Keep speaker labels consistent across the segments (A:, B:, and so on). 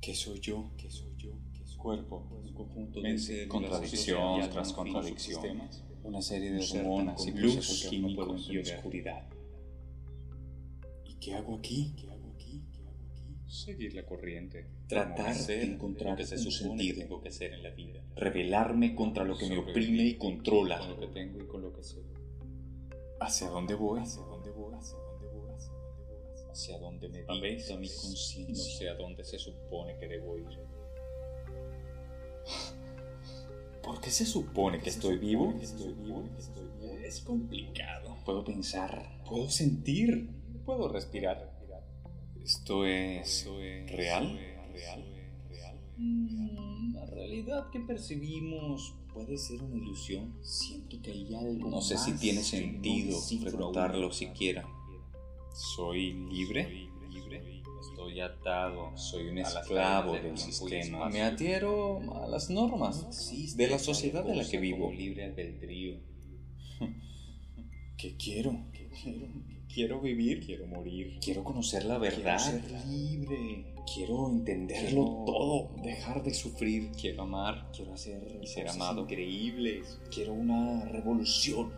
A: ¿Qué soy yo? ¿Qué soy yo? ¿Qué soy cuerpo?
B: Un conjunto de
A: Mente,
B: células
A: contradicción
B: asociadas a
A: tras
B: un fin,
A: contradicción,
B: subsistemas,
A: una serie
B: un
A: de
B: ser tan
A: hormonas y
B: con luz,
A: procesos que no
B: químicos
A: puedo
B: y
A: entender.
B: oscuridad.
A: ¿Y qué hago aquí? ¿Qué hago aquí? ¿Qué hago aquí?
B: Seguir la corriente.
A: Tratar
B: Ser
A: de encontrar
B: lo que se
A: un
B: supone que
A: sentido.
B: tengo que hacer en la vida.
A: Rebelarme contra lo que me
B: Sobrevivir
A: oprime y
B: Con
A: controla.
B: lo que tengo y con lo que sé.
A: ¿Hacia dónde voy? ¿Hacia dónde voy? ¿Hacia dónde voy? ¿Hacia dónde voy? ¿Hacia dónde me dicta mi
B: No
A: conciencia?
B: sé a dónde se supone que debo ir.
A: ¿Por qué se supone que estoy vivo? Estoy vivo, estoy vivo.
B: Es complicado.
A: Puedo pensar,
B: Puedo sentir. Puedo respirar.
A: esto es real, real, real.
B: Mm, La realidad que percibimos puede ser una ilusión.
A: Siento que hay algo.
B: No sé si tiene sentido preguntarlo siquiera.
A: Soy libre, libre.
B: Estoy atado, soy un
A: A las
B: esclavo
A: reglas del
B: del
A: tiempo y
B: sistema.
A: espacio.
B: Me adhiero a las normas de la sociedad en la que vivo.
A: como
B: Libre albedrío.
A: ¿Qué quiero? ¿Qué quiero?
B: Quiero vivir, quiero morir.
A: Quiero conocer la
B: ¿Verdad?
A: verdad.
B: libre.
A: Quiero entenderlo todo. Dejar de sufrir.
B: Quiero amar
A: Quiero hacer
B: y ser
A: cosas
B: amado. Increíbles.
A: Quiero una revolución.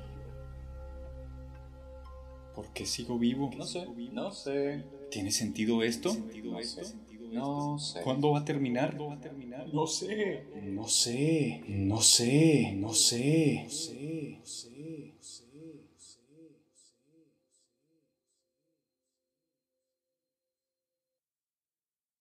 A: ¿Por qué sigo vivo?
B: No sé, no sé.
A: ¿Tiene sentido esto?
B: No sé. No sé.
A: ¿Cuándo va a terminar?
B: No sé.
A: No sé, no sé, no sé, no sé, no sé.